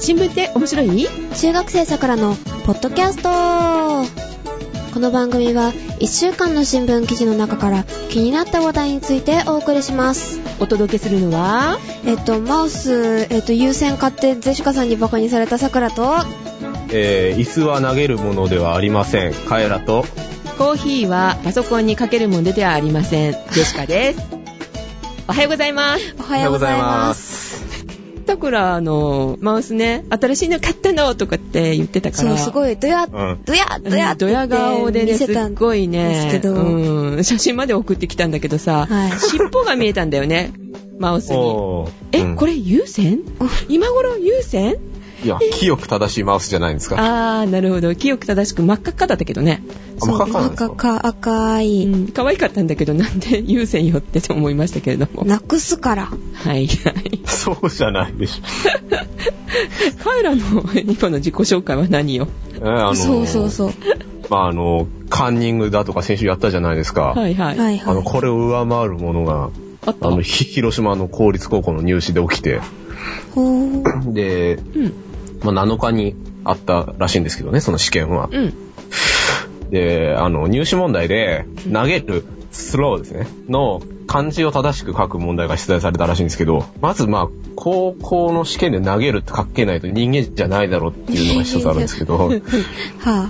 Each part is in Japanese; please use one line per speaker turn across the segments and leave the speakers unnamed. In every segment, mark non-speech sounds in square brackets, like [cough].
新聞って面白い
中学生さくらのポッドキャストこの番組は1週間の新聞記事の中から気になった話題についてお送りします
お届けするのは
えっとマウス、えっと、優先買ってゼシカさんにバカにされたさくらと
えー、椅子は投げるものではありません。カエラと、
コーヒーはパソコンにかけるものではありませんジェシカです [laughs] おはようございます
おはようございます
す。
だからあのマウスね新しいの買ったのとかって言ってたか
そ
ら
うすごいドヤ
うん
ドヤドヤって
ドヤ顔で
見
ね、す
せた
っ
ん
ごいね、
ですけど
うん、写真まで送ってきたんだけどさ、
はい
尻尾が見えたんだよね、マウスに。
おー
え、
うん
これ優先今頃優先
いや、清く正しいマウスじゃないんですか。
あー、なるほど。清く正しく真っ赤っかだったけどね。
あ、真っ赤なんです
赤
か
か赤
う
い、
ん、可愛かったんだけど、なんで優先よってと思いましたけれども。
なくすから
はい、はい。
そうじゃないでしょ。
カエラの今の自己紹介は何よ
えーあのー
そうそうそう
まあ、あのーカンニングだとか先週やったじゃないですか。
はいはい。
はい
あ
は
の、
い
これを上回るものが、
あった
あの、ひ広島の公立高校の入試で起きて、
ほー
で、
うん、
まあ、7日にあったらしいんですけどね、その試験は。
うん。
で、あの、入試問題で、投げる、スローですね、の漢字を正しく書く問題が出題されたらしいんですけど、まずまあ、高校の試験で投げるって書けないと人間じゃないだろうっていうのが一つあるんですけど、
は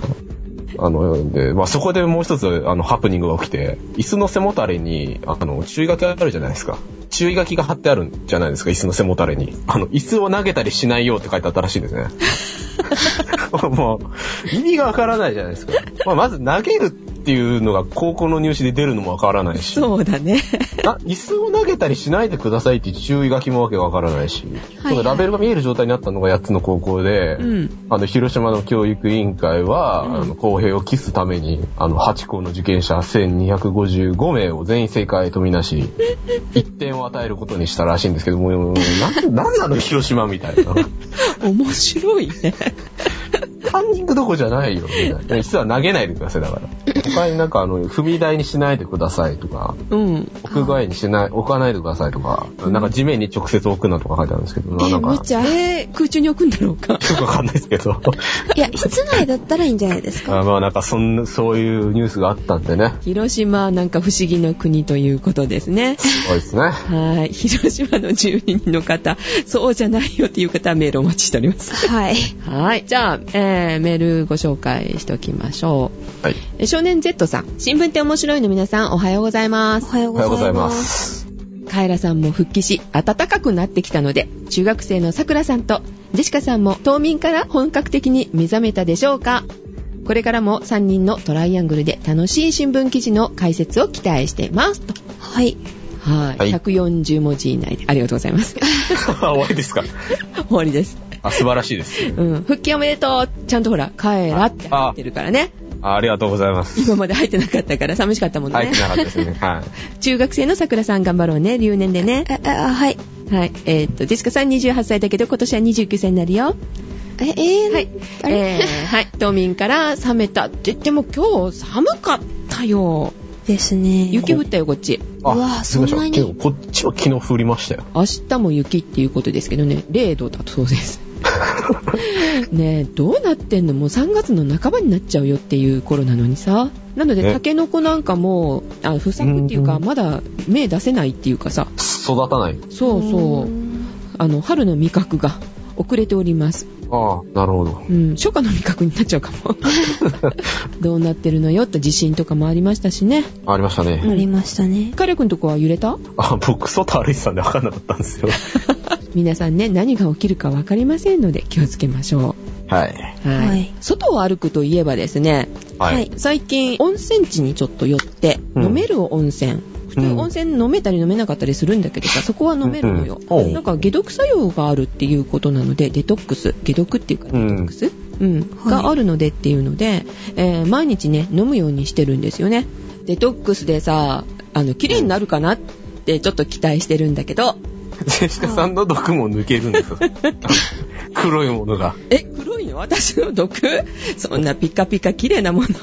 あの、で、まあそこでもう一つ、あの、ハプニングが起きて、椅子の背もたれに、あの、注意書きあるじゃないですか。注意書きが貼ってあるんじゃないですか、椅子の背もたれに。あの、椅子を投げたりしないようって書いてあったらしいですね。 [laughs] もう、意味がわからないじゃないですか。まあ、まず投げるっていうのが高校の入試で出るのもわからないし。
そうだね。 [laughs]
あ、椅子を投げたりしないでくださいって注意書きもわけわからないし、
はい
そのラベルが見える状態になったのが8つの高校で、
うん
あの、広島の教育委員会は、
うん
あの、公平を期すために、あの、8校の受験者1255名を全員正解とみ
[laughs]
なし、1点を与えることにしたらしいんですけど、もう、なん、なんなの広島みたいな。
面白い
[laughs]
ね。
カンニングどこじゃないよ、みたいな。実は投げないでください、だから。他になんか、あの、踏み台にしないでくださいとか、
うん。
屋外にしない、置かないでくださいとか、なんか地面に直接置くなとか書いてあるんですけど、な
え
んか、
むちゃえ
空中に置くんだろうか。
よくわかんないですけど、 [laughs]
いや室内だったらいいんじゃないですか
あまあなんかそんな、そういうニュースがあったんでね、
広島なんか不思議の国ということです
[laughs]
ね。
そうですね。
はい。広島の住人の方、そうじゃないよっていう方はメールお待ちしております。
はい
はい。じゃあ、えー、メールご紹介しておきましょう。
はい。 [laughs]
え少年 Z さん、新聞って面白いの皆さんおはようございま
お
す。
はよう
おはよう
ご
ご
ざ
ざ
い
い
ま
ますす。
カエラさんも復帰し、暖かくなってきたので、中学生のさくらさんとジェシカさんも冬眠から本格的に目覚めたでしょうかこれからも3人のトライアングルで楽しい新聞記事の解説を期待しています。と
はい
はい。
はい
140文字以内でありがとうござい
[laughs]
ます。
終わりですか。
終わりです。
あ、素晴らしいです。
うん。復帰おめでとうちゃんとほら、帰らって入ってるからね。
あありがとうございます。
今まで入ってなかったから寂しかったもんね。
入ってなかったですね。は
中学生の桜さん頑張ろうね。留年でね。
ええあはい
はい。えーっと、ジェシカさん28歳だけど今年は29歳になるよ。
ええー
はい。
あれ、
えーはい。冬眠から冷めたって言っても今日寒かったよ。
[laughs] ですね
雪降ったよ、こっち。
い。
うわー
すいませ
そんなに
けど、こっちは昨日降りましたよ。
明日も雪っていうことですけどね、0度だそうです。ねえ、どうなってんのもう3月の半ばになっちゃうよっていう頃なのにさ。なので、
ね
タケノコなんかも、あ不作っていう
うん
か、
うん
まだ芽出せないっていうかさ。
育たない。
そうそう
ー。ん
あの、春の味覚が遅れております。
ああ、なるほど。
うん、初夏の味覚になっちゃうかも。 [laughs] どうなってるのよって地震とかもありましたしね。
ありましたね。
うん
ありましたね
カレ君とこは揺れ [laughs] た
あ、僕、外歩いてたんで分かんなかったんですよ。
皆さんね、何が起きるか分かりませんので気をつけましょ
[laughs] はい。
う。はい。
はい
外を歩くといえばですね、
[laughs] はい。
最近温泉地にちょっと寄って、
うん
飲める温泉。普通
うん
温泉飲めたり飲めなかったりするんだけどさ、そこは飲めるのよ。
うんうんおう
なんか解毒作用があるっていうことなので、デトックス、解毒っていうかデトックス、うん
はい
があるのでっていうので、えー毎日ね、飲むようにしてるんですよね。デトックスでさ、あの、綺麗になるかなってちょっと期待してるんだけど、
ジェシカさんの毒も抜けるんです [laughs] よ。黒いものが。
え、黒いの私の毒そんなピカピカ綺麗なものよ。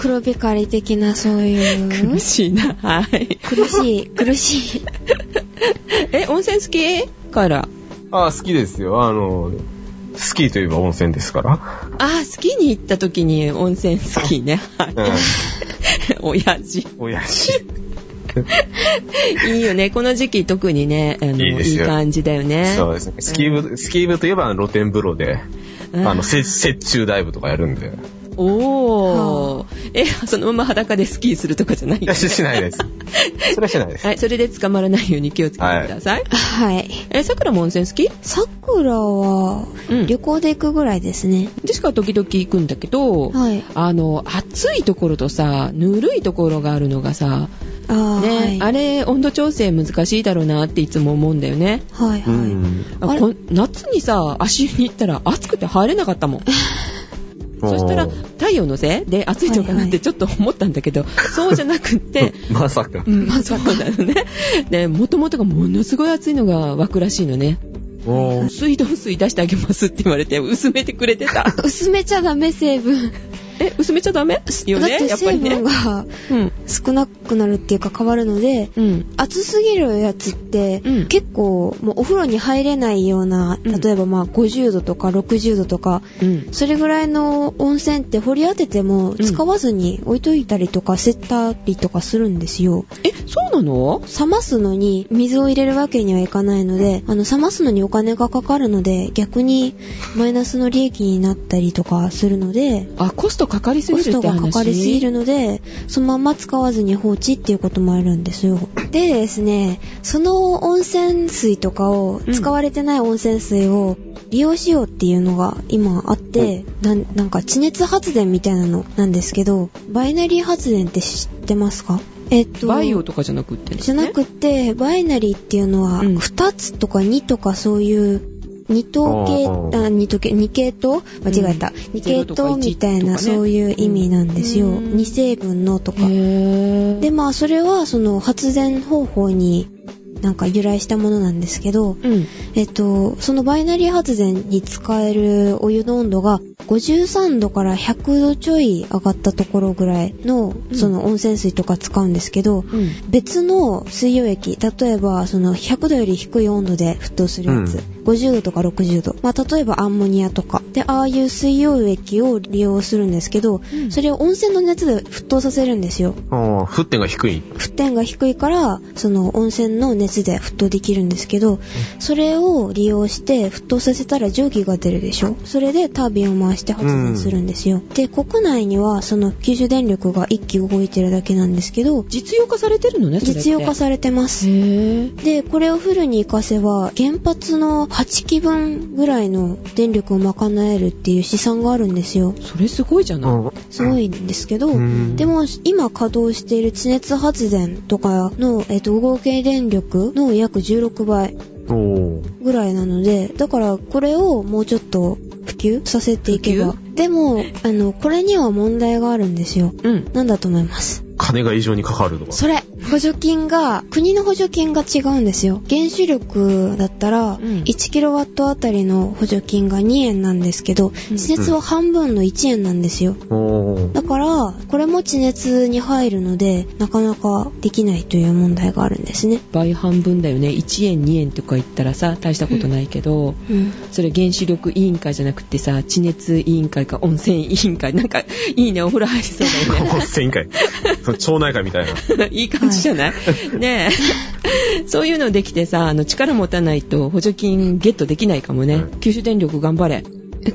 黒光り的なそういう
苦しいな。はい。
苦しい苦しい
え、温泉好きから。
ああ、好きですよ。あの、スキーといえば温泉ですから。
ああ、スキーに行った時に温泉スキーね。はい
うん。
[laughs] 親父。
親父。
いいよね。この時期特にね、あの、
いい
い
で
い
すよ
感じだよね。
そうですね。スキー部、スキー部といえば露天風呂で、
うん
あの、せ雪中ダイブとかやるんで。
おー。え、そのまま裸でスキーするとかじゃない
い
よ
や、
ね
ししないです。それはしないで
[laughs]
す。
はい、それで捕まらないように気をつけてください。
はい。
え、さくらも温泉好き
さくらは、
うん
旅行で行くぐらいですね。
でしか時々行くんだけど、
はい。
あの、暑いところとさ、ぬるいところがあるのがさ、
あー
ね、
は
あ
い。
れ、温度調整難しいだろうなっていつも思うんだよね。
はい、
う
はい。
ん。
あ
あれ
こん夏にさ、足湯に行ったら暑くて入れなかったもん。そしたら、
もう
太陽のせいで暑いのかなってちょっと思ったんだけど、そうじゃなく
[laughs]
って、
[laughs] まさか
う。ん、まあそうだよね。で、もともとがものすごい暑いのが湧くらしいのね。
もう
水道水出してあげますって言われて、薄めてくれて
[laughs]
た。
薄めちゃダメ成分。
え、薄めちゃダメよ
だっ
ね、
て
やっぱ
成
りね
分。が
うん。
少なくなるっていうか変わるので、
うん。
暑すぎるやつって、
うん
結構もうお風呂に入れないような、
うん
例えばまあ50度とか60度とか、
うん。
それぐらいの温泉って掘り当てても使わずに置いといたりとか捨てたりとかするんですよ。
え、そうなの
冷ますのに水を入れるわけにはいかないので、あの冷ますのにお金がかかるので、逆にマイナスの利益になったりとかするので、
あ、コストかかりす
コ
ぎる
ス
っ
ト
て
が
話
かかりすぎるので、そのまま使わずに放置っていうこともあるんですよ。でですね、その温泉水とかを、
うん
使われてない温泉水を利用しようっていうのが今あって、なんなんか地熱発電みたいなのなんですけど、バイナリー発電って知ってますかえっと、
バイオとかじゃなくってね。
じゃなくて、バイナリーっていうのは、
うん
2つとか2とかそういう、二等系、
あー
あ、二等系、二系統間違えた。二系統みた
ゼ
い
ロとか一とかね
な、そういう意味なんですよ。
うん
二成分のと
へ
か。
ー。
で、まあ、それは、その、発電方法に、なんか由来したものなんですけど、
うん。
えっと、そのバイナリー発電に使えるお湯の温度が53度から100度ちょい上がったところぐらいの、
うん
その温泉水とか使うんですけど、
うん。
別の水溶液例えばその100度より低い温度で沸騰するやつ、
うん
50度とか60度、まあ、例えばアンモニアとかでああいう水溶液を利用するんですけど、
うん
それを温泉の熱で沸騰させるんですよ
あー沸点が低い。
沸点が低いからその温泉の熱で沸騰できるんですけどそれを利用して沸騰させたら蒸気が出るでしょそれでタービンを回して発電するんですよ、で国内にはその九州電力が1基動いてるだけなんですけど
実用化されてるのね、それって
実用化されてます
へー。
で、これをフルに活かせば、原発の8基分ぐらいの電力を賄えるっていう試算があるんですよ。
それすごいじゃない。
すごいんですけど、
うん
でも今稼働している地熱発電とかの、えっと、合計電力の約16倍
おー
ぐらいなので、だからこれをもうちょっと普及させていけば
普。
でも、あの、これには問題があるんですよ。
うん。
なんだと思います
金が異常にかかるとか。
それ補助金が国の補助金が違うんですよ原子力だったら
ん
1kW あたりの補助金が2円なんですけど
うん
地熱は半分の1円なんですよ
おー
だからこれも地熱に入るのでなかなかできないという問題があるんですね
倍半分だよね。1円、2円とか言ったらさ、大したことないけど、
うん
それ原子力委員会じゃなくてさ、地熱委員会か温泉委員会、なんかいいね、お風呂入りそうだよね。
温
[laughs]
泉会。その町内会みたいな。
いい感じじゃない、ねえ。そういうのできてさ、あの、力持たないと補助金ゲットできないかもね。
うん
九州電力頑張れ。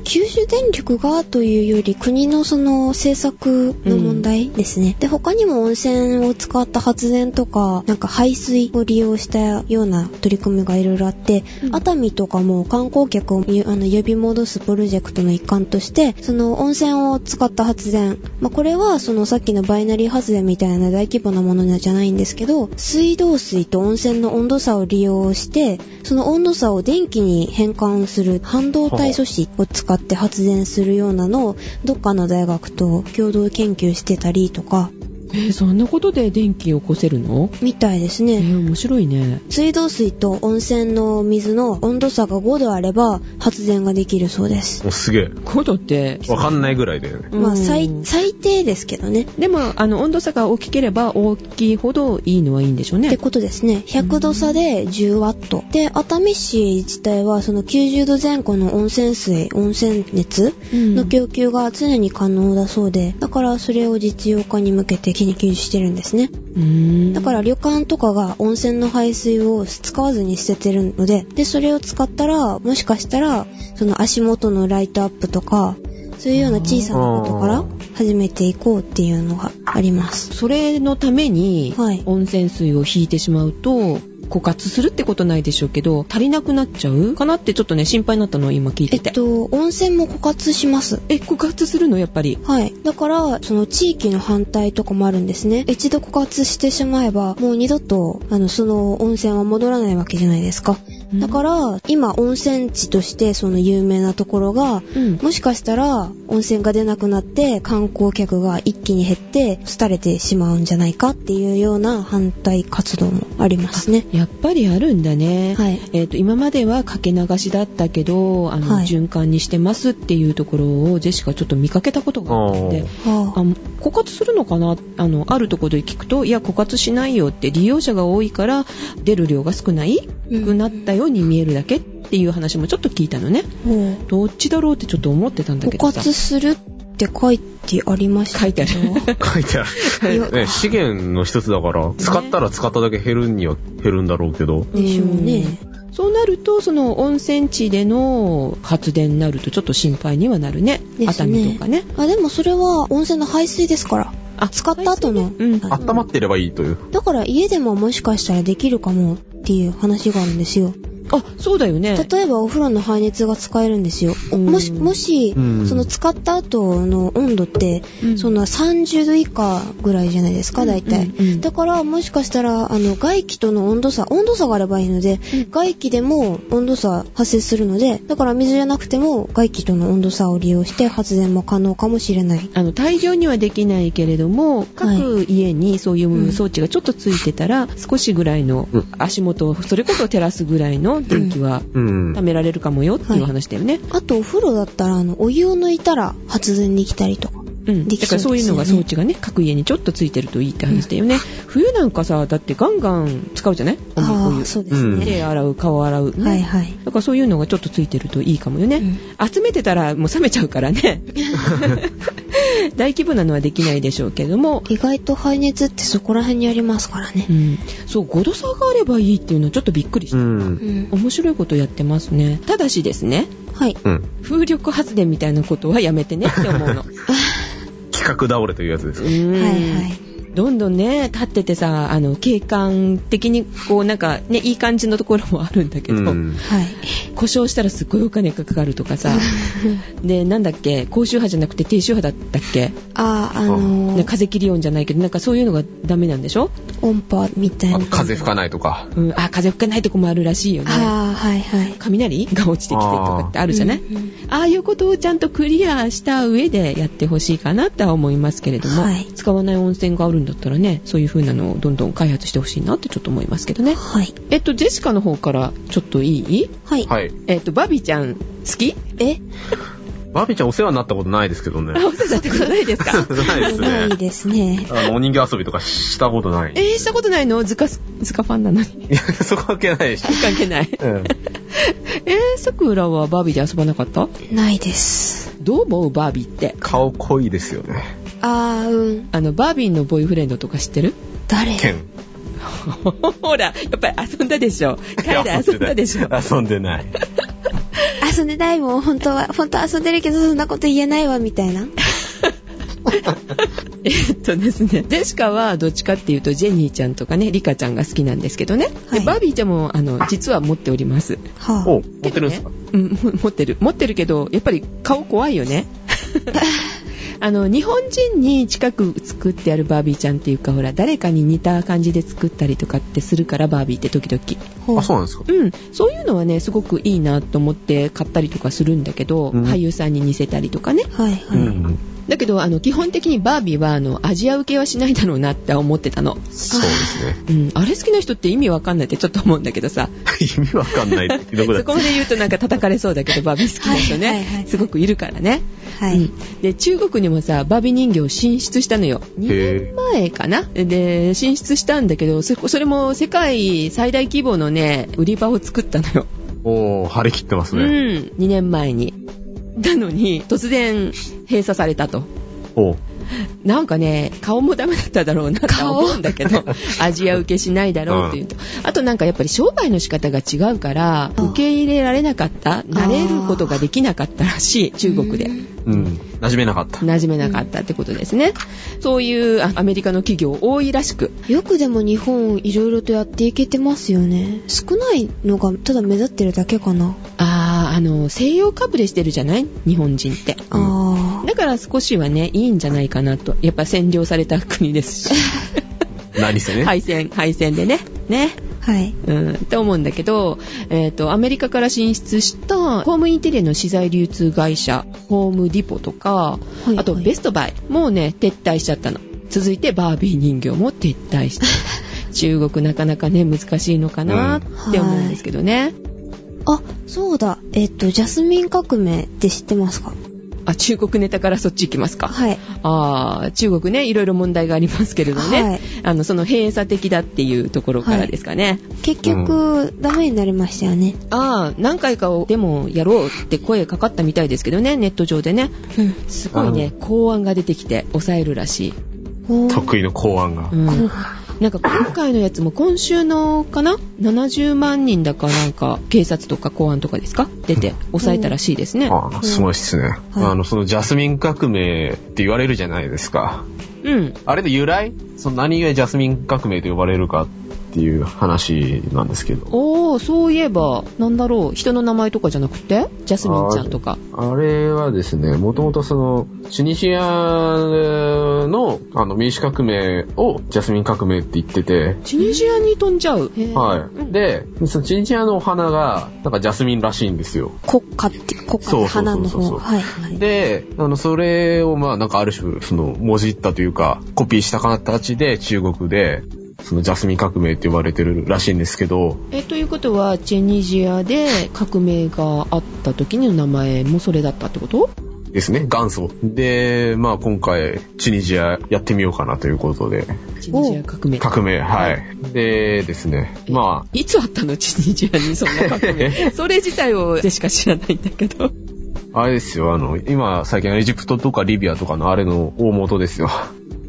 九州電力がというより国のその政策の問題ですね、で他にも温泉を使った発電とかなんか排水を利用したような取り組みがいろいろあって、
うん
熱海とかも観光客をゆあの呼び戻すプロジェクトの一環としてその温泉を使った発電、まあ、これはそのさっきのバイナリー発電みたいな大規模なものじゃないんですけど水道水と温泉の温度差を利用してその温度差を電気に変換する半導体素子を使って発電するようなのをどっかの大学と共同研究してたりとか
えーそんなことで電気を起こせるの
みたいです
え
ね。
ー、面白いね。
水道水と温泉の水の温度差が5度あれば発電ができるそうです。
もうすげえ。
5度って、
わかんないぐらいでね。
ま
う
あ
ん
最最低ですけどね。
でも、あの、温度差が大きければ大きいほどいいのはいいんでしょう
って
ね。
ことですね。100度差で10ワット。で、熱海市自体はその90度前後の温泉水、温泉熱
うん
の供給が常に可能だそうで、だからそれを実用化に向けて研究してるんですね。
うん
だから旅館とかが温泉の排水を使わずに捨ててるので、で、それを使ったら、もしかしたら、その足元のライトアップとか、そういうような小さなことから始めていこうっていうのがあります。
それのために
はい
温泉水を引いてしまうと枯渇するってことないでしょうけど足りなくなっちゃうかなってちょっとね心配になったのを今聞い
え
て。
ってと、温泉も枯渇します。
え枯渇するのやっぱり。、
はい。だから、その地域の反対とかもあるんですね。一度枯渇してしまえば、もう二度と、あの、その温泉は戻らないわけじゃないですか。だからら、今、温泉地として、その有名なところが、
うん、
もしかしたら、温泉が出なくなって、観光客が一気に減って、廃れてしまうんじゃないかっていうような反対活動もありますね。
やっぱりあるんだね。
はい。
えっと今まではかけ流しだったけどあの、
はい
循環にしてますっていうところをジェシカちょっと見かけたことがあったんで
おー
あ枯渇するのかなあのあるところで聞くといや枯渇しないよって利用者が多いから出る量が少ない
うん
くなったように見えるだけっていう話もちょっと聞いたのね
うん
どっちだろうってちょっと思ってたんだけ
枯
どさ
渇するって書いてありました
書いてある
書いてあ
い
る。
や
ね、資源の一つだから、使ったら使っただけ減るには減るんだろうけど。
でしょうね。
そうなるとその温泉地での発電になるとちょっと心配にはなるね
で
熱
すね
海とかね
あでもそれは温泉の排水ですから
あ
使った後の、
うん
あの
温まってればいいという。
だから家でももしかしたらできるかもっていう話があるんですよ
あそうだよね
例えばお風呂の排熱が使えるんですよ
うん
もしもし、
うん
その使った後の温度って、
うん
そんな30度以下ぐらいじゃないですか大体、
うんうんうん
だからもしかしたらあの外気との温度差温度差があればいいので、
うん
外気でも温度差発生するのでだから水じゃなくても外気との温度差を利用して発電も可能かもしれない
あの大量にはできないけれども各家にそういう装置がちょっとついてたら、少しぐらいの
うん
足元をそれこそ照らすぐらいの電気は
うん
貯。められるかもよっていう話だよね。
あとお風呂だったらあのお湯を抜いたら発電できたりとか
うん、
で
だ
き
か
そう
ら
ですよね
そういうのが装置がね各家にちょっとついてるといいって話だよね、冬なんかさだってガンガン使うじゃないお
あ
湯お
あそう
湯
です
うん
ね、
手洗う顔洗う、ね
はいはい
だからそういうのがちょっとついてるといいかもよね、集めてたらもう冷めちゃうから
[laughs]
ね [laughs] 大規模なのはできないでしょうけども
意外と排熱ってそこら辺にありますからね
う、ん、そう5度差があればいいっていうのはちょっとびっくりし
う
た、
ん。
うん
面白いことやってますねただしですね
はい
うん。
風力発電みたいなことはやめてねって思う
[laughs]
の
企画倒れというやつです
う
か。
ん
はいはい
どんどんね立っててさあの景観的にこうなんかねいい感じのところもあるんだけ
う
ど、
ん。
はい
故障したらすっごいお金がかかるとかさ
[laughs]
でなんだっけ高周波じゃなくて低周波だったっけ、
あああの
ね風切り音じゃないけどなんかそういうのがダメなんでしょ、
音波みたい
あ
な
と風吹かないとか。
うん、あ風吹かないとこもあるらしいよね
ああはいはい
雷が落ちてきてとかってあ
あ
るじゃない、
うんうん
ああいうことをちゃんとクリアした上でやってほしいかなとは思いますけれども、
はい
使わない温泉があるんだったらねそういう風なのをどんどん開発してほしいなってちょっと思いますけどね
はい
えっとジェシカの方からちょっといい
はい、
はい。
えっとバビちゃん好き
え
バービーちゃんお世話になったことないです
[laughs]
けどね。
あお世話だったことないです
[laughs]
か
ないです
な
ね
い。ですね
あの、お人形遊びとかしたことない。
えー、したことないのズカスズカファンなのに
[laughs]
いや、 [laughs] そこは関係ないでしょ。
関係ない
うん。
えー、さくらはバービーで遊ばなかった
ないです
どう思うバービーって
顔濃いですよね。
あーうん
あのバービーのボーイフレンドとか知ってる
誰
剣。
[laughs] ほらやっぱり遊んだでしょ彼ら遊んだでしょ
遊んでない。
遊んでないもん本当は本当は遊んでるけどそんなこと言えないわみたいな
[laughs] えっとですね、ジェシカはどっちかっていうとジェニーちゃんとかね、リカちゃんが好きなんですけどね。
はい
でバービーちゃんもあの実は持っております。
は
お、持ってるんですか
うん、も持ってる。持ってるけど、やっぱり顔怖いよ
[laughs]
ね。あの日本人に近く作ってあるバービーちゃんっていうかほら誰かに似た感じで作ったりとかってするからバービーって時々
あほう
あ、そうなんですか
うんそういうのはねすごくいいなと思って買ったりとかするんだけど、
うん
俳優さんに似せたりとかね
はいはい、
うん。
だけど、あの、基本的にバービーは、あの、アジア受けはしないだろうなって思ってたの。
そうです [laughs] ね。
うん、あれ好きな人って意味わかんないってちょっと思うんだけどさ。
意味わかんないってどこだ
そこまで言うとなんか叩かれそうだけど、バービー好きな人ね、
はいはいはい
すごくいるからね。
はい。
うん、で中国にもさバビ人形を進出したのよ2年前かなで進出したんだけどそそれも世界最大規模のね売り場を作ったのよ、
おー、張り切ってます
うん
ね。
2年前になのに突然閉鎖されたと
おう
なんかね顔もダメだっただろうなと思うんだけ [laughs] どアジア受けしないだろうっていうと、あとなんかやっぱり商売の仕方が違うから
あ
受け入れられなかった慣れることができなかったらしい中国で
う。ん
うん。馴染めなかった。
馴染めなかったってことですね。そういうあアメリカの企業多いらしく。
よくでも日本いろいろとやっていけてますよね。少ないのがただ目立ってるだけかな。
あー、あの、西洋かぶれしてるじゃない日本人って。
あ
だから少しはね、いいんじゃないかなと。やっぱ占領された国 [laughs] ですし。
何せね。
敗戦、敗戦でね。ね。
あ。はい。
うん、って思うんだけど、えっ、と、アメリカから進出した、ホームインテリアの資材流通会社、ホームディポとか、
いはい
あと、ベストバイもうね、撤退しちゃったの。続いて、バービー人形も撤退
[laughs]
した。中国なかなかね、難しいのかなって思うんですけどね。
あ、そうだ。えっと、ジャスミン革命って知ってますか
あ、中国ネタからそっち行きますか。
はい。
ああ、中国ね、いろいろ問題がありますけれどね。
はい
あの、その閉鎖的だっていうところからですかね。
結局、ダメになりましたよね。
ああ、何回かをでもやろうって声かかったみたいですけどね、ネット上でね。すごいね、公安が出てきて抑えるらしい。
おー
得意の考案が
う。ん。なんか今回のやつも今週のかな ?70 万人だかなんか警察とか公安とかですか出て抑えたらしいですね。
ああ、すごいっすね。
はい
あの、そのジャスミン革命って言われるじゃないですか。
うん。
あれの由来その何がジャスミン革命と呼ばれるかっていう話なんですけど。
おー、そういえば、なんだろう、人の名前とかじゃなくてジャスミンちゃんとか。
あれはですね、もともとその、チュニシアのあの民主革命をジャスミン革命って言ってて、
チュニジアに飛んじゃう。へー
はい。で、そのチュニシアのお花が、なんかジャスミンらしいんですよ。
国家って、国家
そ
の
うそうそうそう
花の方。はい。はい
で、あの、それをまあなんかある種、その、もじったというか、コピーした形で中国で、そのジャスミン革命って呼ばれてるらしいんですけど、
えということはチェニジアで革命があった時の名前もそれだったってこと
ですね、元祖。で、まあ今回、チュニジアやってみようかなということで、
チェニジア革命
革命、はい。でですね、まあ、
いつあったのチェニジアにそんな革
[laughs]
命それ自体をでしか知らないんだけど
あれですよ、あの、今、最近エジプトとかリビアとかのあれの大元ですよ。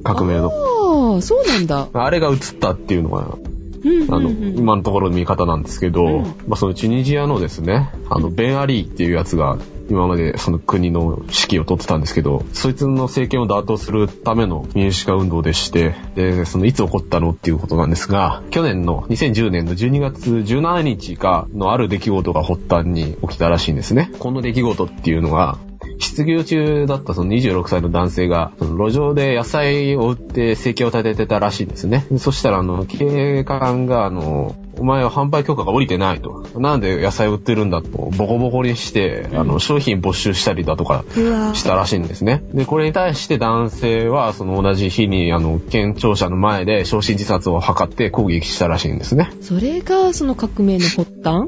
革命の。
ああそうなんだ
あれが映ったっていうのが、
うんうん
あの、
うん
今のところの見方なんですけど、
うん
まあそのチュニジアのですね、あの、ベンアリーっていうやつが、今までその国の指揮を取ってたんですけど、そいつの政権を打倒するための民主化運動でして、で、そのいつ起こったのっていうことなんですが、去年の2010年の12月17日かのある出来事が発端に起きたらしいんですね。この出来事っていうのが、失業中だったその26歳の男性が、その路上で野菜を売って生計を立ててたらしいんですね。そしたら、あの、経営官が、あの、お前は販売許可が下りてないと。なんで野菜売ってるんだと、ボコボコにして、あの、商品没収したりだとか、
うわ
したらしいんですね。で、これに対して男性は、その同じ日に、あの、県庁舎の前で焼身自殺を図って攻撃したらしいんですね。
それがその革命の発端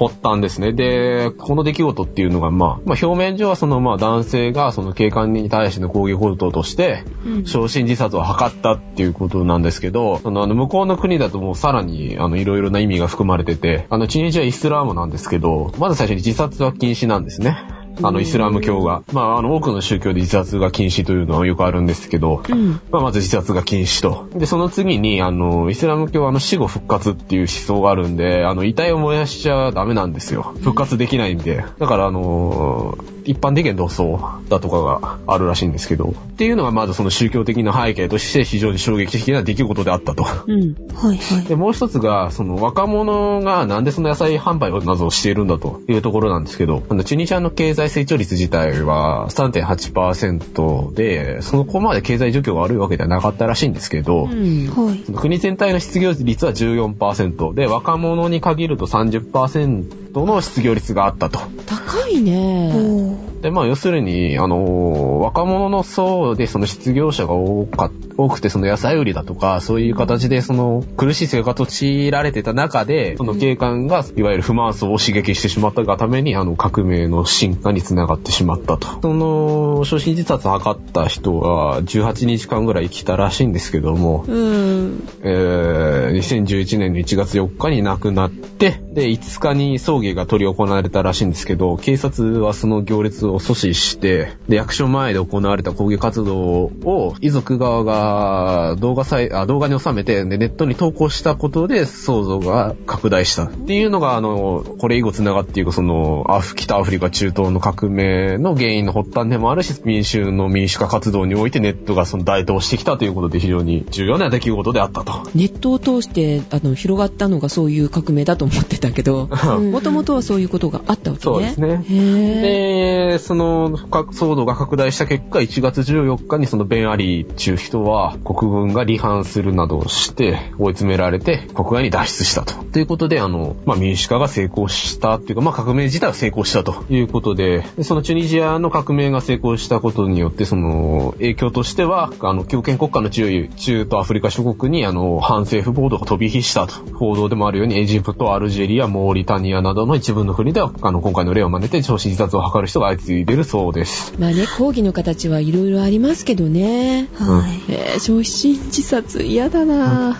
発端ですね。で、この出来事っていうのが、まあ、まあ、表面上はその、まあ、男性がその警官に対しての抗議報道として、焼身自殺を図ったっていうことなんですけど、その、あの、向こうの国だともうさらに、あの、いろいろな意味が含まれてて、あの、チュニジアはイスラームなんですけど、まず最初に自殺は禁止なんですね。あの、イスラム教が。まあ、あの、多くの宗教で自殺が禁止というのはよくあるんですけど、
うん
まあ、まず自殺が禁止と。で、その次に、あの、イスラム教はあの死後復活っていう思想があるんで、あの、遺体を燃やしちゃダメなんですよ。復活できないんで。だから、あの、一般的な同葬だとかがあるらしいんですけど、っていうのがまずその宗教的な背景として非常に衝撃的な出来事であったと。
うん
はいはい。
で、もう一つが、その若者がなんでその野菜販売を謎をしているんだというところなんですけど、あの、チュニジアの経済成長率自体は3.8%で、そのここまで経済状況が悪いわけではなかったらしいんですけど、
うん
はい。
国全体の失業率は14%で、若者に限ると30%の失業率があったと。
高いね
おー
で、まあ、要するに、あの、若者の層で、その失業者が多か、多くて、その野菜売りだとか、そういう形で、その、苦しい生活を強いられてた中で、その警官が、いわゆる不満層を刺激してしまったがために、あの、革命の進化につながってしまったと。その、初心自殺を図った人は、18日間ぐらい生きたらしいんですけども、
うん。
えー2011年の1月4日に亡くなって、で、5日に葬儀が執り行われたらしいんですけど、警察はその行列を阻止して、で、役所前で行われた抗議活動を遺族側が動画さいあ動画に収めてで、ネットに投稿したことで想像が拡大したっていうのが、あの、これ以後繋がっていく、その、アフ北アフリカ中東の革命の原因の発端でもあるし、民衆の民主化活動においてネットがその台頭してきたということで非常に重要な出来事であったと。
ネットを通して、あの、広がったのがそういう革命だと思ってたけ
[laughs]
ど、
うん
もともとはそういうことがあったわけね。
そうですね
へー。
で、そのか騒動が拡大した結果、1月14日にそのベン・アリー中人は国軍が離反するなどをして追い詰められて国外に脱出したと。ということで、あの、まあ、民主化が成功したっていうか、まあ、革命自体は成功したということで、でそのチュニジアの革命が成功したことによって、その影響としては、あの、強権国家の中位中東アフリカ諸国に、あの、反政府暴動が飛び火したと。報道でもあるように、エジプト、アルジェリア、モーリタニアなどの一部の国では、あの、今回の例を真似て、超死自殺を図る人が相次いでるそうです。
まあね、抗議の形はいろいろありますけどね。
はい。
えー、焼身自殺嫌だなぁ。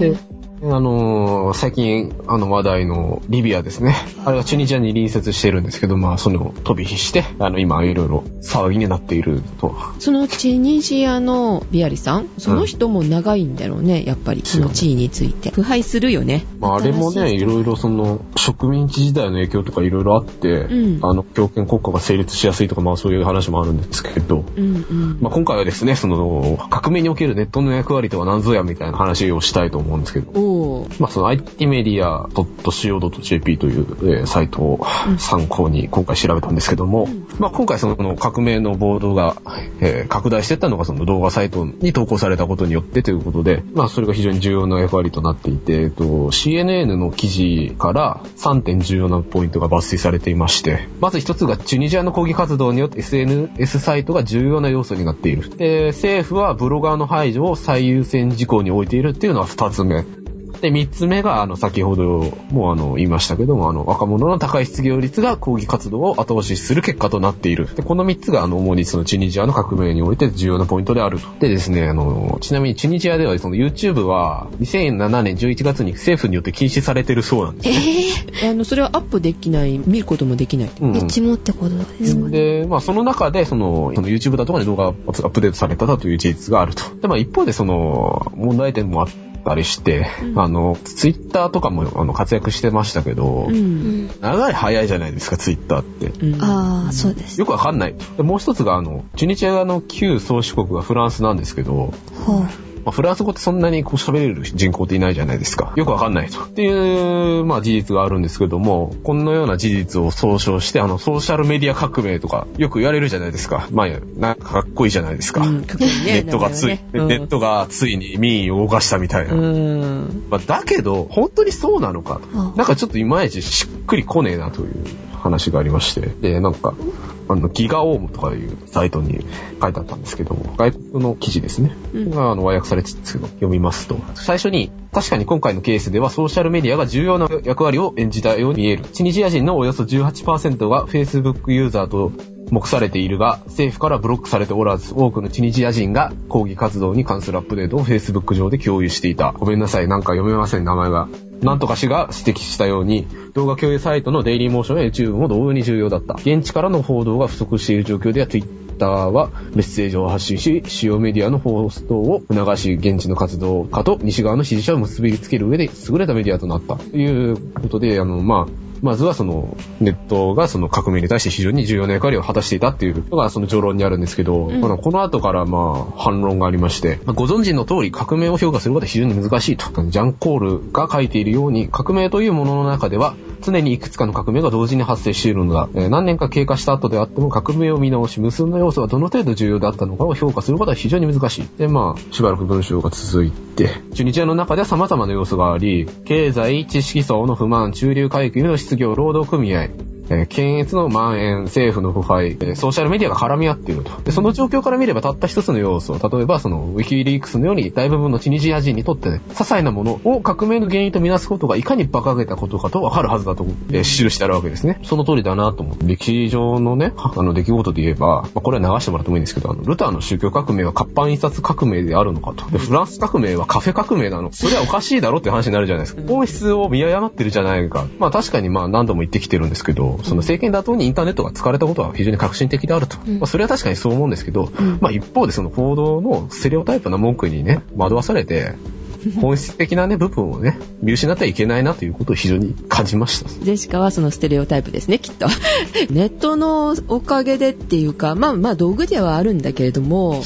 で
ね、
あのー最近、あの話題のリビアですね。あれはチュニジアに隣接してるんですけど、まあ、その、飛び火して、あの、今、いろいろ騒ぎになっていると。
えそのチュニジアのビアリさん、その人も長いんだろうね、やっぱり、その地位について。腐敗するよね。
まあ、あれもね、いろいろその、植民地時代の影響とかいろいろあって、
うん
あの、強権国家が成立しやすいとか、まあそういう話もあるんですけど、
うんうん。
まあ今回はですね、その、革命におけるネットの役割とは何ぞやみたいな話をしたいと思うんですけど、
おー
まあその IT メディア .co.jp という、えーサイトを
うん
参考に今回調べたんですけども、
ん
まあ今回その革命の暴動が、えー拡大していったのがその動画サイトに投稿されたことによってということで、まあそれが非常に重要な役割となっていて、えっと、CNN の記事から3点重要なポイントが抜粋されていまして、まず一つがチュニジアの抗議活動によって SNS サイトが重要な要素になっている。えー政府はブロガーの排除を最優先事項に置いているっていうのは二つ目。で、三つ目が、あの、先ほどもあの、言いましたけども、あの、若者の高い失業率が抗議活動を後押しする結果となっている。で、この三つが、あの、主にそのチュニジアの革命において重要なポイントであると。でですね、あの、ちなみにチュニジアでは、その YouTube は、2007年11月に政府によって禁止されてるそうなんです。
えぇ、
あの、それはアップできない、見ることもできない。
うん
どっちもってことですかね。
で、まあ、その中で、その、その YouTube だとかに動画がアップデートされただという事実があると。で、まあ、一方で、その、問題点もあったりして、
うん
あの、ツイッターとかも、あの、活躍してましたけど、
ん。
ん。
長い早いじゃないですか、ツイッターって。
うん
ああ、そうです。
よくわかんない。でもう一つが、あの、チュニジアの旧宗主国がフランスなんですけど、
は
まあ、フランス語ってそんなにこう喋れる人口っていないじゃないですか。よくわかんないと。っていう、まあ事実があるんですけども、このような事実を総称して、あの、ソーシャルメディア革命とか、よく言われるじゃないですか。まあ、なんかかっこいいじゃないですか。
うんかっこいいね
ネットがつい、
名前はね
ネットがついに民意を動かしたみたいな。
うん。
まあ、だけど、本当にそうなのかと
うん。
なんかちょっといまいちしっくりこねえなという話がありまして。で、なんか、あの、ギガオームとかいうサイトに書いてあったんですけども、外国の記事ですね。
うん
が、あの、和訳されてるんですけど、読みますと。最初に、確かに今回のケースではソーシャルメディアが重要な役割を演じたように見える。チュニジア人のおよそ18%が Facebook ユーザーと目されているが、政府からブロックされておらず、多くのチュニジア人が抗議活動に関するアップデートを Facebook 上で共有していた。ごめんなさい、なんか読めません、名前が。なんとか氏が指摘したように、動画共有サイトのデイリーモーションや YouTube も同様に重要だった。現地からの報道が不足している状況では Twitter はメッセージを発信し、主要メディアの放送を促し、現地の活動家と西側の支持者を結びつける上で優れたメディアとなった。ということで、あの、まあ、まずはそのネットがその革命に対して非常に重要な役割を果たしていたっていうのがその序論にあるんですけど、
うん
まあこの後からまあ反論がありまして、まあご存知の通り革命を評価することは非常に難しいと。ジャン・コールが書いているように革命というものの中では常にいくつかの革命が同時に発生しているのだ。えー何年か経過した後であっても革命を見直し、無数の要素がどの程度重要であったのかを評価することは非常に難しい。で、まあ、しばらく文章が続いて、チュニジアの中では様々な要素があり、経済、知識層の不満、中流階級の失業、労働組合、えー検閲の蔓延、政府の腐敗、えーソーシャルメディアが絡み合っていると。で、その状況から見ればたった一つの要素、例えばそのウィキリークスのように大部分のチュニジア人にとって、ね、些細なものを革命の原因とみなすことがいかに馬鹿げたことかとわかるはずだと、えー記してあるわけですね。その通りだなと思う。歴史上のね、あの出来事で言えば、まあこれは流してもらってもいいんですけど、あの、ルターの宗教革命は活版印刷革命であるのかと。で、フランス革命はカフェ革命なの。それはおかしいだろって話になるじゃないですか。本質を見誤ってるじゃないか。まあ確かにまあ何度も言ってきてるんですけど、その政権打倒にインターネットが使われたことは非常に革新的であると。
うん
まあそれは確かにそう思うんですけど、
ん
まあ一方でその報道のステレオタイプな文句にね、惑わされ
[laughs]
て、本質的なね、部分をね、見失ってはいけないなということを非常に感じました。
ジェシカはそのステレオタイプですね、きっと。 [laughs] ネットのおかげでっていうか、まあまあ道具ではあるんだけれども、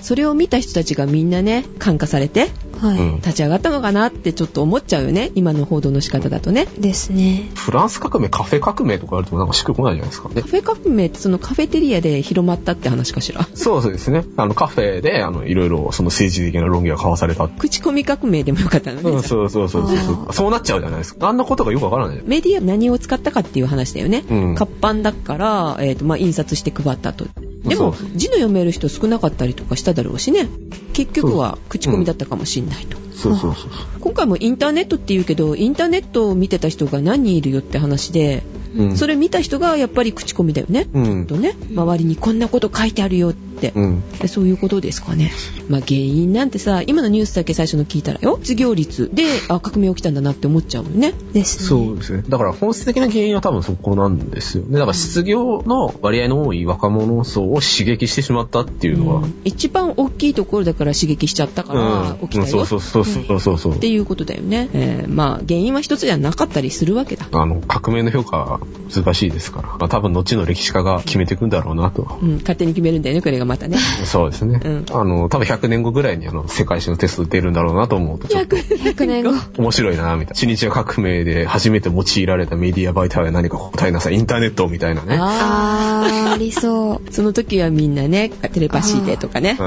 それを見た人たちがみんなね、感化されて
はい、
うん
立ち上がったのかなってちょっと思っちゃうよね、今の報道の仕方だとね。
ですね
フランス革命、カフェ革命とかあるとなんかしっくりこないじゃないですか。で
カフェ革命ってそのカフェテリアで広まったって話かしら。
[laughs] そうそうですね。あの、カフェで、あの、いろいろ、その政治的な論議が交わされ
[laughs]
た。
口コミ革命でもよかったのね。
うん、そうそうそうそうそ
あー
う。そうなっちゃうじゃないですか。あんなことがよくわからないじゃん。
メディア何を使ったかっていう話だよね。
うん
活版だから、えーとまあ、印刷して配ったと。でも
そ
字の読める人少なかったりとかしただろうしね結局は口コミだったかもしんないと、
そうそうそう。
今回もインターネットって言うけどインターネットを見てた人が何人いるよって話で、
うん。
それ見た人がやっぱり口コミだよね、
うん
と。ね周りにこんなこと書いてあるよって、
うん。
でそういうことですかね、まあ、原因なんてさ今のニュースだけ最初の聞いたらよ失業率であ革命起きたんだなって思っちゃうもんね
ですね
そうですね。だから本質的な原因は多分そこなんですよね。だから失業の割合の多い若者層を刺激してしまったっていうのは。
うん一番大きいところだから刺激しちゃったから起き
うん
た
そ
よ
うそうそうそうそうそう
っ。ていうことだよね、えーまあ原因は一つじゃなかったりするわけだ、
あの、革命の評価は難しいですから。まあ多分後の歴史家が決めていくんだろうなとは
うん、勝手に決めるんだよねこれがまたね
そうですね。
うん
あの、多分100年後ぐらいにあの、世界史のテスト出るんだろうなと思うと、ちょっと
100年
[laughs]
後
面白いな、みたいな。チニチア革命で初めて用いられたメディア媒体は何か答えなさい、インターネットみたいなね。
あ
あーありそう
ーその時はみんなねテレパシーでとかね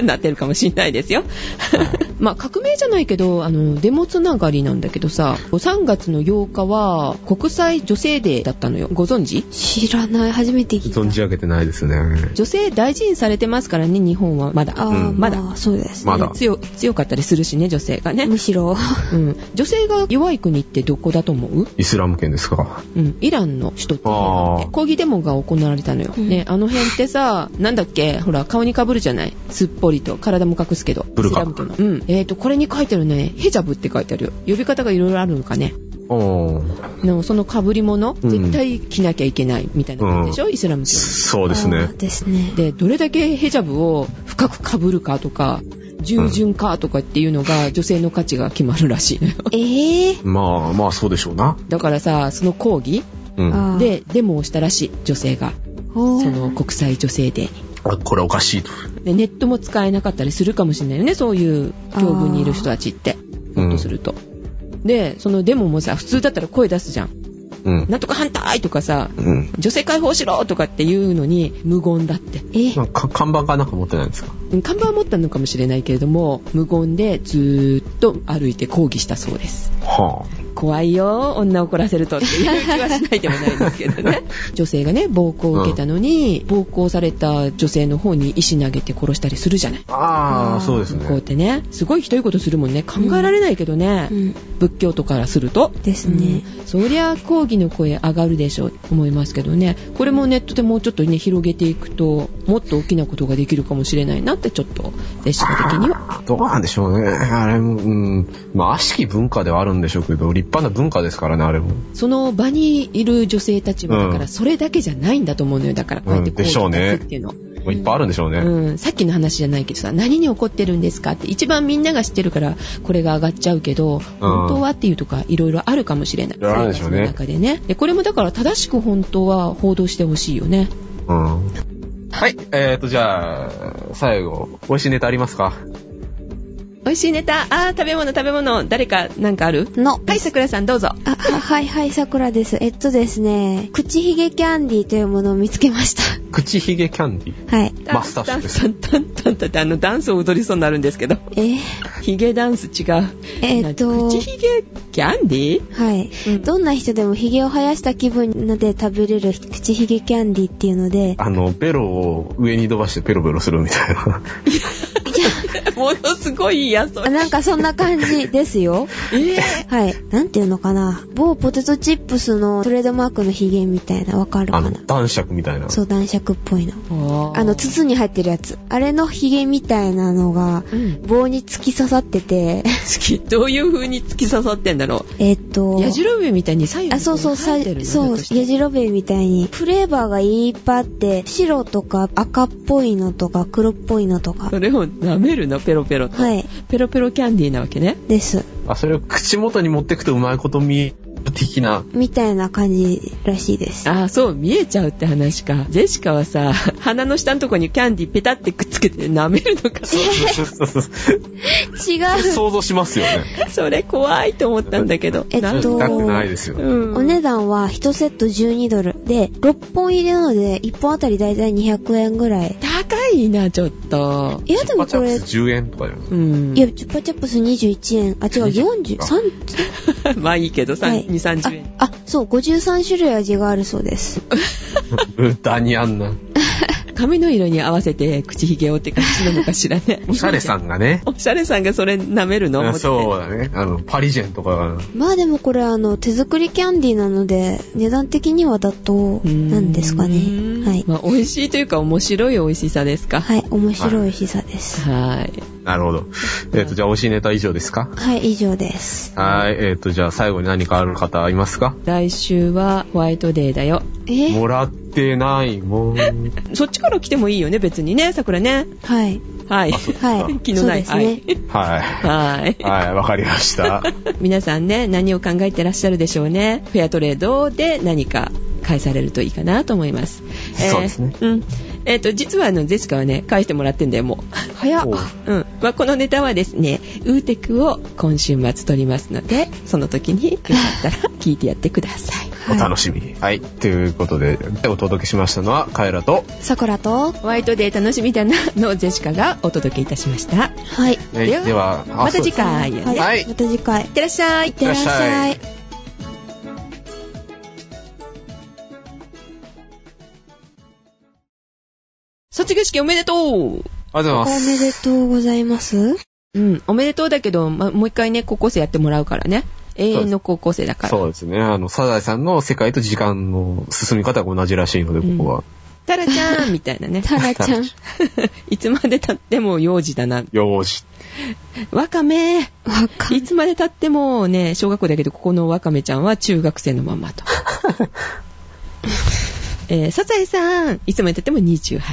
う、
[laughs]
ん。
なってるかもしんないですよ [laughs] まあ革命じゃないけどあのデモつながりなんだけどさ3月の8日は国際女性デーだったのよご存知
知らない初めて聞いた
存じ上げてないですね。
女性大事にされてますからね日本はまだ
ああ、
うん
まだ
まあそうです、
まだ
強強かったりするしね女性がね、
むしろ
うん、女性が弱い国ってどこだと思う
イスラム圏ですか。
うん、イランの首都っていうのがあっ
あ
て
ー
抗議デモが行われたのよ、
うん
ねあの辺ってさなんだっけほら顔にかぶるじゃないすっぽりと体も隠すけど
ブルカ
イスラム教のうんえっ、とこれに書いてあるねヘジャブって書いてあるよ呼び方がいろいろあるのかね
お
のそのかぶり物
うん
絶対着なきゃいけないみたいな感じでしょ、イスラム教の
そうです
あ
ね
ー。ですね
でどれだけヘジャブを深くかぶるかとか従順かとかっていうのが女性の価値が決まるらしいのよ
ええー
まあまあそうでしょうな。
だからさその抗議
うん。あ
あー
でデモをしたらしい女性が
おー
その国際女性デーに
これおかしいと。
でネットも使えなかったりするかもしれないよねそういう境遇にいる人たちってひ
あー
ょっとすると、でそのデモもさ普通だったら声出すじゃん
うん。
なんとか反対とかさ
うん。
女性解放しろとかっていうのに無言だって
え
なんか看板かなんか持ってないんですか
うん看板は持ったのかもしれないけれども無言でずーっと歩いて抗議したそうです
は
怖いよ女怒らせるとっていう気はしないでもないんですけどね女性がね暴行を受けたのに、暴行された女性の方に石投げて殺したりするじゃない
あ。ああ、そうです
こうやっ
ね。
てねすごいひどいことするもんね考えられないけどね、
うん
仏教徒からすると
ですね、
そりゃ抗議の声上がるでしょう思いますけどねこれもネットでもうちょっとね広げていくともっと大きなことができるかもしれないなってちょっと弟子的には
どうなんでしょうね。あれも、うん。まあ悪しき文化ではあるんでしょうけど、立派な文化ですからね、あれも。
その場にいる女性たちも
うん
だからそれだけじゃないんだと思うのよだからこうやって
うん
抗
で
議
しょうね
すっていうの。
いっぱいあるんでしょうね。
うん、さっきの話じゃないけどさ何に怒ってるんですかって一番みんなが知ってるからこれが上がっちゃうけど本当はっていうとかいろいろあるかもしれない
いろいろあるでしょうね
生活の中でねでこれもだから正しく本当は報道してほしいよね
うんはい、えーと、じゃあ、最後、美味しいネタありますか
美味しいネタあー食べ物食べ物誰かなんかある
の
はいさくらさんどうぞ
あははいはいさくらですえっとですね口ひげキャンディーというものを見つけました [laughs]
口ひげキャンディー。
はい
マスターシ
ダ
ェ
ン
フです
タンタンタンタンってあのダンスを踊りそうになるんですけど。
えー
ヒゲダンス違う。
えーっと
口、ひげキャンディー
はい、
うん
どんな人でもヒゲを生やした気分になって食べれる口ヒゲキャンディっていうので、
あの、ベロを上に伸ばしてペロペロするみたい
[laughs]
な。
ものすごい嫌そ
あ
れ。
なんかそんな感じですよ。
え
はい。なんていうのかな。某ポテトチップスのトレードマークのヒゲみたいな、わかる
あ
か
の
な、
男爵みたいな。
そう、男爵っぽいの。
ー
あの、、筒に入ってるやつ。あれのヒゲみたいなのが、
うん
棒に突き刺さってて、 [laughs]
月 [laughs] どういう風に突き刺さってんだろ
えっと
う。、矢印みたいに左右に
あ、そうそう、さ
生えてるの
そう、
ひょっとして
ヤジロベエみたいに、フレーバーがいっぱいあって、白とか赤っぽいのとか黒っぽいのとか
そ。れを舐めるのペロペロと。
はい。
ペロペロキャンディーなわけね。
です。
あ、それを口元に持ってくとうまいこと見える的
[laughs]
な。
みたいな感じらしいです。
ああ、そう、見えちゃうって話か。ジェシカはさ、 [laughs] 鼻の下のとこにキャンディーペタってくっつけて舐めるのか。
そうそうそうそう
違う。
想像しますよね。
それ怖いと思ったんだけど。
えっ
なん
と
痛くないですよね。
うん。
お値段は1セット12ドルで、6本入りなので、1本あたりだいたい200円ぐらい。
高いな、ちょっと。
いや、でもこれ、い
チュッパチャップス10円とかよ。
うん。
や、チュッパチャップス21円。あ、違う、40、
[laughs]
3、
まあいいけど、さん
はい
2、30円。
あ、あそう、53種類味があるそうです。
豚にあんな。。
髪の色に合わせて口ひげをって感じなのかしらね
おしゃれさ
ん。
んがね。
おしゃれさんがそれ舐めるの
あ
思って
そうだね。あの、パリジェンとかが。
まあでもこれ、あの、手作りキャンディーなので、値段的には妥当なんですか
う
ね。
ーん
はい。
まあ、美味しいというか面白い美味しさですか。
はい、面白い膝です。
はい。
なるほど。えっ、と、じゃあ、美味しいネタ以上ですか
はい、以上です。
はい。えっ、と、じゃあ、最後に何かある方いますか
来週はホワイトデーだよ。
え
もらってないもん。
そっちから来てもいいよね、別にね、桜ね。
はい。
はい。
はい。
[laughs] 気のない。
そうですね。
は
はい。
い。
はい。
はい、わかりました。
皆さんね、何を考えてらっしゃるでしょうね。フェアトレードで何か返されるといいかなと思います。
そうですね
えーうん。えっ、と、実はあの、ジェシカはね、返してもらってんだよ、もう。
早っ
お。う
うん。まあ、このネタはですね、ウーテクを今週末撮りますので、その時によかったら聞いてやってください。
お楽しみに。はい。ということで、お届けしましたのは、カエラと、
さくらと、
ホワイトデー楽しみだなのジェシカがお届けいたしました。
はい。
え
では
では、あ
また次。
は
回。いっ
はい
また次回。いって
らっしゃい。
てらっしゃ
いっ
い
て。
卒業式おめでとう
そうありがと
お
うございます。
めでとうございます。
うん、おめでとうだけど、ま、もう一回ね、高校生やってもらうからね。永遠の高校生だから。
そうですね。あの、サザエさんの世界と時間の進み方が同じらしいので、ここは。
タラちゃんみたいなね。
タラちゃん。
[laughs] いつまで経っても幼児だな。
よーし。
ワカメ
わか
いつまで経ってもね、小学校だけど、ここのワカメちゃんは中学生のま
[laughs]
まと。えーサザエさん、いつまで経っても28。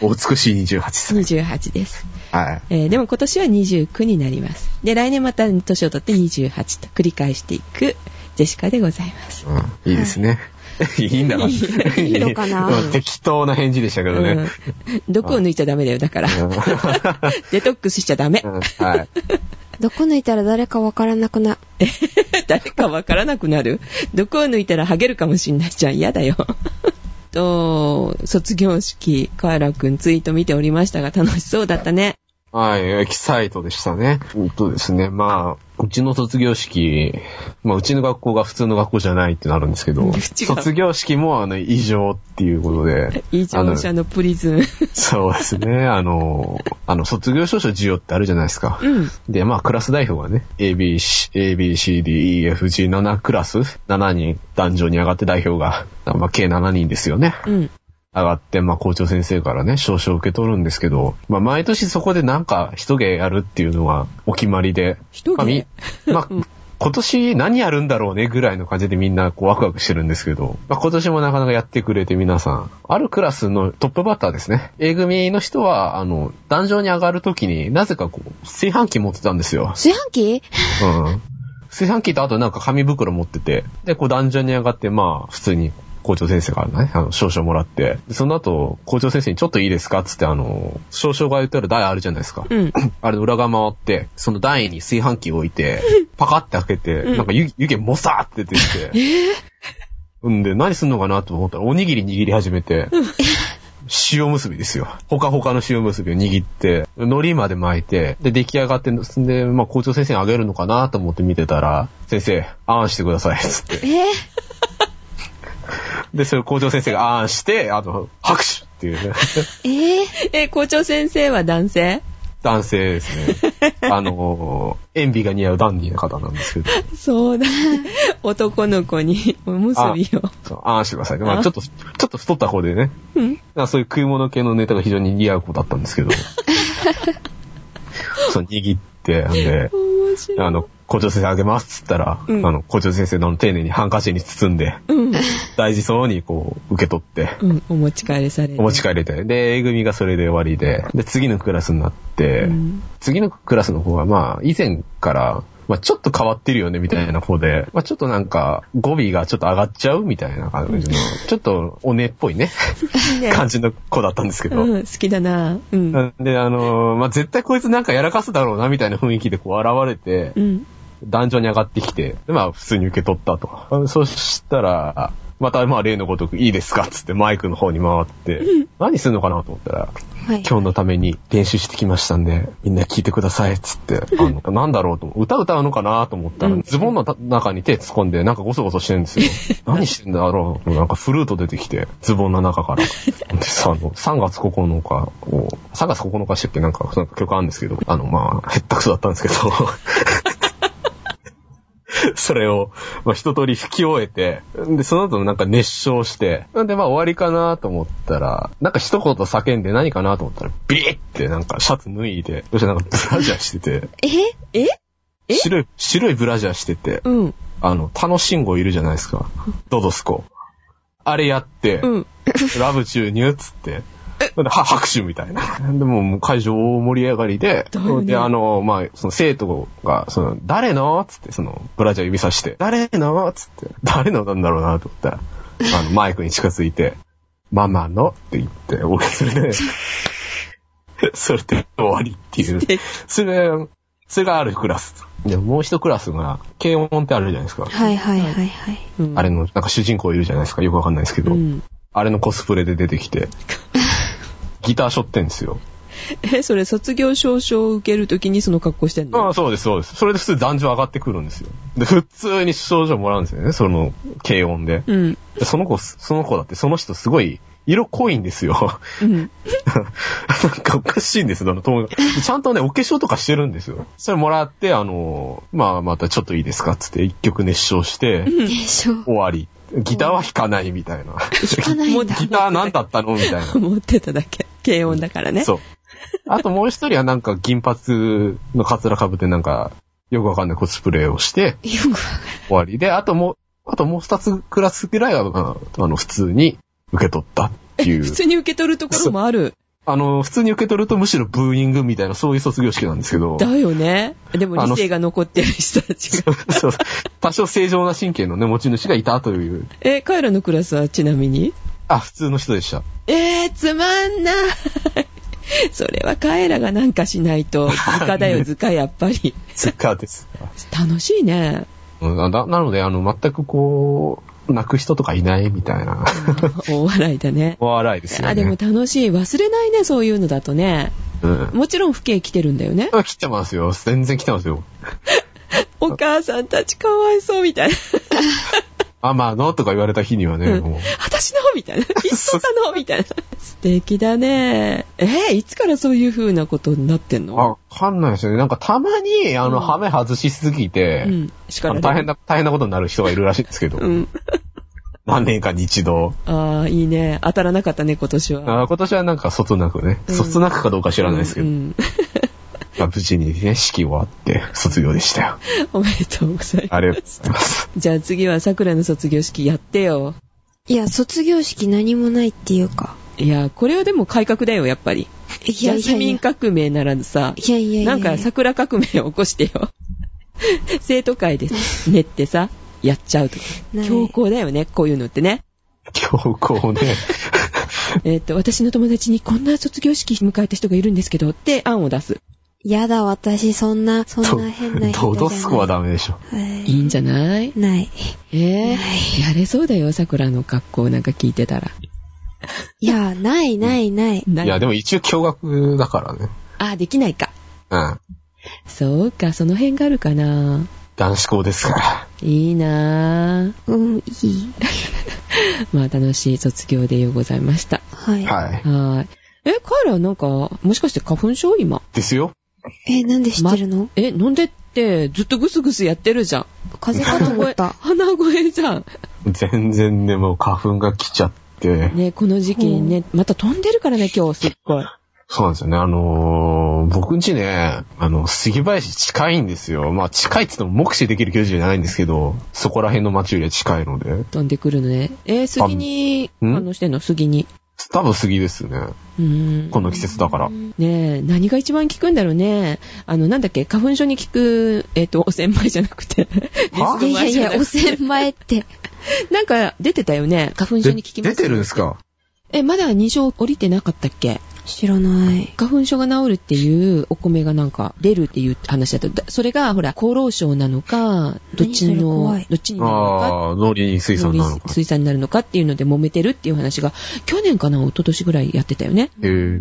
お美しい28歳。
28です。
はい。
えーでも今年は29になります。で、来年また年を取って28と繰り返していくジェシカでございます。
うん、いいですね。いいんだな。い
いのかな
うん適当な返事でしたけどね。
うん、毒を抜いちゃダメだよ、だから。
うん
[laughs] デトックスしちゃダメ
う。んはい。
どこ抜いたら誰かわからなくな。
[laughs] 誰かわからなくなる毒を抜いたらハゲるかもしんないじゃん。嫌だよ。 [laughs] と、卒業式、カエラくんツイート見ておりましたが楽しそうだったね。
はい、エキサイトでしたね。うんとですね、まあ、うちの卒業式、まあ、うちの学校が普通の学校じゃないってなるんですけ
うん違
ど
う、、
卒業式も、あの、異常っていうことで
異常者
あの
のプリズン。
そうですね、 [laughs] あの、あの、卒業証書授与ってあるじゃないですか。
うん。
で、まあ、クラス代表がね、ABC、ABCD、EFG、7クラス、7人、壇上に上がって代表が、まあ、計7人ですよね。
うん。
上がって、まあ、校長先生からね、証書を受け取るんですけど、まあ、毎年そこでなんか、一芸やるっていうのがお決まりで、
一
まあみ
芸。
まあ、今年何やるんだろうねぐらいの感じでみんなこうワクワクしてるんですけど、まあ、今年もなかなかやってくれて皆さん、あるクラスのトップバッターですね。A 組の人は、あの、壇上に上がるときになぜかこう、炊飯器持ってたんですよ。
炊飯器
うん。炊飯器とあとなんか紙袋持ってて、で、こう壇上に上がって、まあ、普通に校長先生からね、あの、少々もらって、でその後、校長先生にちょっといいですかっつって、あの、少々が言ったら台あるじゃないですか。
うん。
あれの裏側回って、その台に炊飯器を置いて、パカって開けて、
うん
なんか湯湯気もさーって出てきて。うんで、何すんのかなと思ったら、おにぎり握り始めて。塩結びですよ。ほかほかの塩結びを握って、海苔まで巻いて、で、出来上がって、んで、まあ、校長先生にあげるのかなと思って見てたら、先生、あんしてください、つって。
え
で、それを校長先生があんして、あの、拍手っていうね。
え
え、校長先生は男性
男性ですね。あの、塩ビが似合うダンディーな方なんですけど。
そうだ。男の子におむすびを。
そう、あんしてください。まあちょっと、ちょっと太った方でね。
うん。
なんかそういう食い物系のネタが非常に似合う子だった
[laughs]
んですけど。そう、握って、んで、
面白い。
あの、校長先生あげますっつったら、
うん
あの、校長先生の丁寧にハンカチに包んで、
うん。
大事そうにこう、受け取って、
うん、お持ち帰りされる。
お持ち帰れて、で、A 組がそれで終わりで、で、次のクラスになって、
うん
次のクラスの方はまあ、以前から、まあ、ちょっと変わってるよね、みたいな方で、まあ、ちょっとなんか、語尾がちょっと上がっちゃうみたいな感じの、ちょっと、おねっぽいね、感じの子だったんですけど。
うん、好きだな。うん。
なんで、あのーまあ、絶対こいつなんかやらかすだろうな、みたいな雰囲気でこう現れて
う、ん。
壇上に上がってきて、でまあ、普通に受け取ったと。そしたら、また、まあ、例のごとく、いいですかっつってマイクの方に回って、何するのかなと思ったら、
はい。
今日のために練習してきましたんで、みんな聞いてください、つって。あの、なんだろうと、歌歌うのかなと思ったら、
うん
ズボンの中に手突っ込んで、なんかゴソゴソしてるんですよ。
[laughs]
何してんだろうなんかフルート出てきて、ズボンの
[laughs]
中から。でさ、あの、3月9日を、3月9日してっけなんか、その曲あるんですけど、あの、まあ、へったくそだったん
[laughs]
ですけど、それを、まあ、一通り吹き終えて、で、その後なんか熱唱して、なんでまあ終わりかなと思ったら、なんか一言叫んで何かなと思ったら、ビリッってなんかシャツ脱いで、そしてなんかブラジャーしてて、
え
ええ
白い、白いブラジャーしてて、
うん。
あの、楽しんごいるじゃないですか。ドドスコ。あれやって、
うん。
ラブ注入っつって。では拍手みたいな。でも、もう会場大盛り上がりで、
だよね
で、あの、まあ、その生徒が、その、誰のつって、その、ブラジャー指さして、誰のつって、誰のなんだろうなと思ったら、あの、マイクに近づいて、ママのって言って、俺それで、 [laughs] それで終わりっていう。
敵
それが、それがあるクラス。で、もう一クラスが、軽音ってあるじゃないですか。
はいはいはいはい。
うん
あれの、なんか主人公いるじゃないですか。よくわかんないですけ
う
ど。
ん。
あれのコスプレで出てきて、ギター背負ってんですよ。
え、それ卒業証書を受けるときにその格好してんの
ああ、そうです、そうです。それで普通壇上上がってくるんですよ。で、普通に症状もらうんですよね、その、軽音で。
うん。
でその子、その子だって、その人すごい、色濃いんですよ。
うん。
[laughs] なんかおかしいんですよ、あの、友達ちゃんとね、お化粧とかしてるんですよ。それもらって、あの、まあ、またちょっといいですか、つって一曲熱唱して、
でしょう。
終わり。ギターは弾かないみたいな。
聞かないんだ。
ギター何だったのみたいな。
持ってただけ。軽音だからね。 [laughs]
そう。あともう一人はなんか銀髪のカツラ被ってなんか、よくわかんないコスプレをして
よくわ
終わりで、あともう、あともう二つクラスぐらいは、まああの、普通に受け取ったってい
[laughs]
う
普。通に受け取るところもある。
あの、普通に受け取るとむしろブーイングみたいな、そういう卒業式なんですけど
だ。よね。でも
あ
理
の
性が残ってる人たちが。
[laughs] そう多少正常な神経のね、持ち主がいたという。
え、彼らのクラスはちなみに
あ、普通の人でした。
えー、つまんない。 [laughs] それは彼らがなんかしない
[laughs]
と、図鑑だよ、図鑑やっぱり。
そっかです。
楽しい
[laughs]
ね。
うんななので、あの、全くこう、泣く人とかいないみたいな。
大笑いだね。
[laughs] お笑いですよね。
あ、でも楽しい。忘れないね、そういうのだとね。
うん
もちろん、父兄来てるんだよね。
あ、来てますよ。全然来てますよ。
お母さんたちかわいそう、みたいな。
あ、まあのとか言われた日にはね、
うん
もう。
[laughs] 私のみたいな。一緒なのみたいな。素敵だね。えー、いつからそういう風なことになってん
あ、
の
わかんないですよね。なんかたまに、あの、
うん
ハメ外しすぎて、
うん。しから
あの大変な、大変なことになる人がいるらしいんですけど、
うん。
何年かに一度。
ああ、いいね。当たらなかったね、今年は。
あ今年はなんか、卒なくね。
うん
卒なくかどうか知らないですけど、
うんうん [laughs]
まあ無事にね、式終わって、卒業でしたよ。
おめでとうございます。
ありがとうご
[laughs]
ざいます。
じゃあ次は桜の卒業式やってよ。
いや、卒業式何もないっていうか。
いや、これはでも改革だよ、やっぱり。
い
ジ
や
ャ
い
ス
やい
ミン
や。
革命ならぬさ、
いやいやいや。
なんか桜革命を起こしてよ。生徒会で練ってさ、やっちゃうとか。
ない
強行だよね、こういうのってね。
強行ね。
えっと、私の友達にこんな卒業式迎えた人がいるんですけどって案を出す。
やだ、私、そんな、そんな変な人じゃない。
ドドスコはダメでしょ。
はい
いいんじゃない
ない。
ええやれそうだよ、桜の格好なんか聞いてたら。
いやー、ないないない。
ない
や、でも一応驚愕だからね。
あ、できないか。
うん。
そうか、その辺があるかな。
男子校ですから。
いいなぁ。
うん、いい。
まあ、楽しい卒業でようございました。
はい。
は
は
い。
ーい。え、カエラなんか、もしかして花粉症今。
ですよ。
え、なんで知ってるの、
え、なんでって、ずっとグスグスやってるじゃん。
風邪かと思った。
鼻声じゃん。
全然ね、もう花粉が来ちゃって。
ね、この時期にね、また飛んでるからね、今日、すっごい。
そうなんですよね。あのー、僕んちね、あの、杉林近いんですよ。まあ近いって言っても目視できる距離じゃないんですけど、そこら辺の町よりは近いので。
飛んでくるのね。えー、杉に、
あん
反応してんの杉に。
多分杉ですね。
うーん。
この季節だから。
ねえ、何が一番効くんだろうね。あの、なんだっけ、花粉症に効く、えっ、と、お千枚じゃなくて。
[laughs] はい
やいやいや、お千枚って。
なんか、出てたよね。花粉症に効きます。
出てるんですか
え、まだ2章降りてなかったっけ
知らない。
花粉症が治るっていうお米がなんか出るっていう話だった。だそれが、ほら、厚労省なのか、どっち
何それ怖
の
い、
どっちになるのか
ああ、農林水産なのか。
水産になるのかっていうので揉めてるっていう話が、去年かな、一昨年ぐらいやってたよね。
へえ。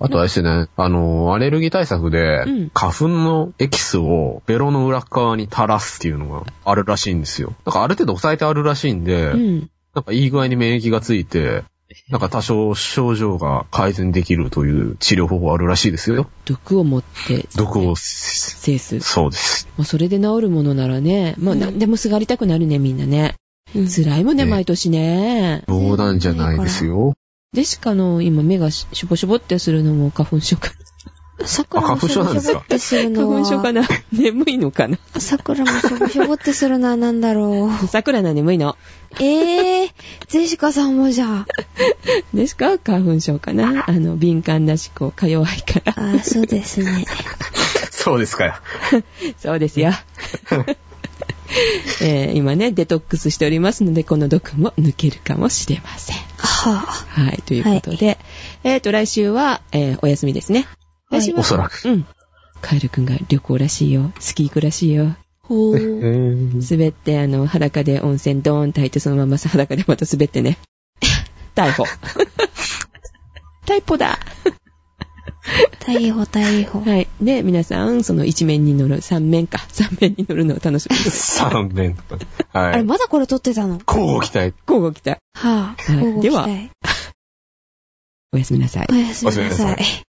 あとあれですね、あのー、アレルギー対策で
うん、
花粉のエキスをベロの裏側に垂らすっていうのがあるらしいんですよ。だからある程度抑えてあるらしいんで、
うん。
なんかいい具合に免疫がついて、なんか多少症状が改善できるという治療方法あるらしいですよ。
毒を持って、
毒を、
制す。
そうです。
まあ、それで治るものならね、まあ、
うん
なんでもすがりたくなるね、みんなね。
うん
辛いもんね、
ね
毎年ね。
冗談じゃないですよ。
でしかの、今、目がししょぼしょぼってするのも花粉症か。
桜も
あ花粉
しょ
症
ぼ
なんで
し
す
ょぼ
か
ってする
花
の
粉症か
は、
[laughs] な眠いのかな
桜もしょぼしょぼってするのはなんだろう。
[laughs] 桜な眠いの。
えぇ、ー、ゼシカさんもじゃ
でしか花粉症かなあの、敏感だし、こう、か弱いか
あ。
ら。
あそうですね。
そうですかよ。
そうです [laughs] よ。えー今ね、デトックスしておりますので、この毒も抜けるかもしれません。
は
はい、ということで、えっ、と、来週は、えーお休みですね。
はい
来週は、
おそらく。
うん。カエルくんが旅行らしいよ。スキー行くらしいよ。
ぁ。ほ
え [laughs]
う。
ー
滑って、あの、裸で温泉ドーンと入って、そのまま裸でまた滑ってね。 [laughs] 逮捕。 [laughs] 逮捕だ。
逮捕逮捕。
はい。で、皆さん、その一面に乗る、三面か。三面に乗るのを楽しみに。 [laughs]
三連とか。は
あれ、
い。
まだこれ撮ってたの
交互期待。
交互期待。は
はぁ、
い
交互期待
ではおやすみなさい。
おやすみな
おやすみな
さ
さ
い
い。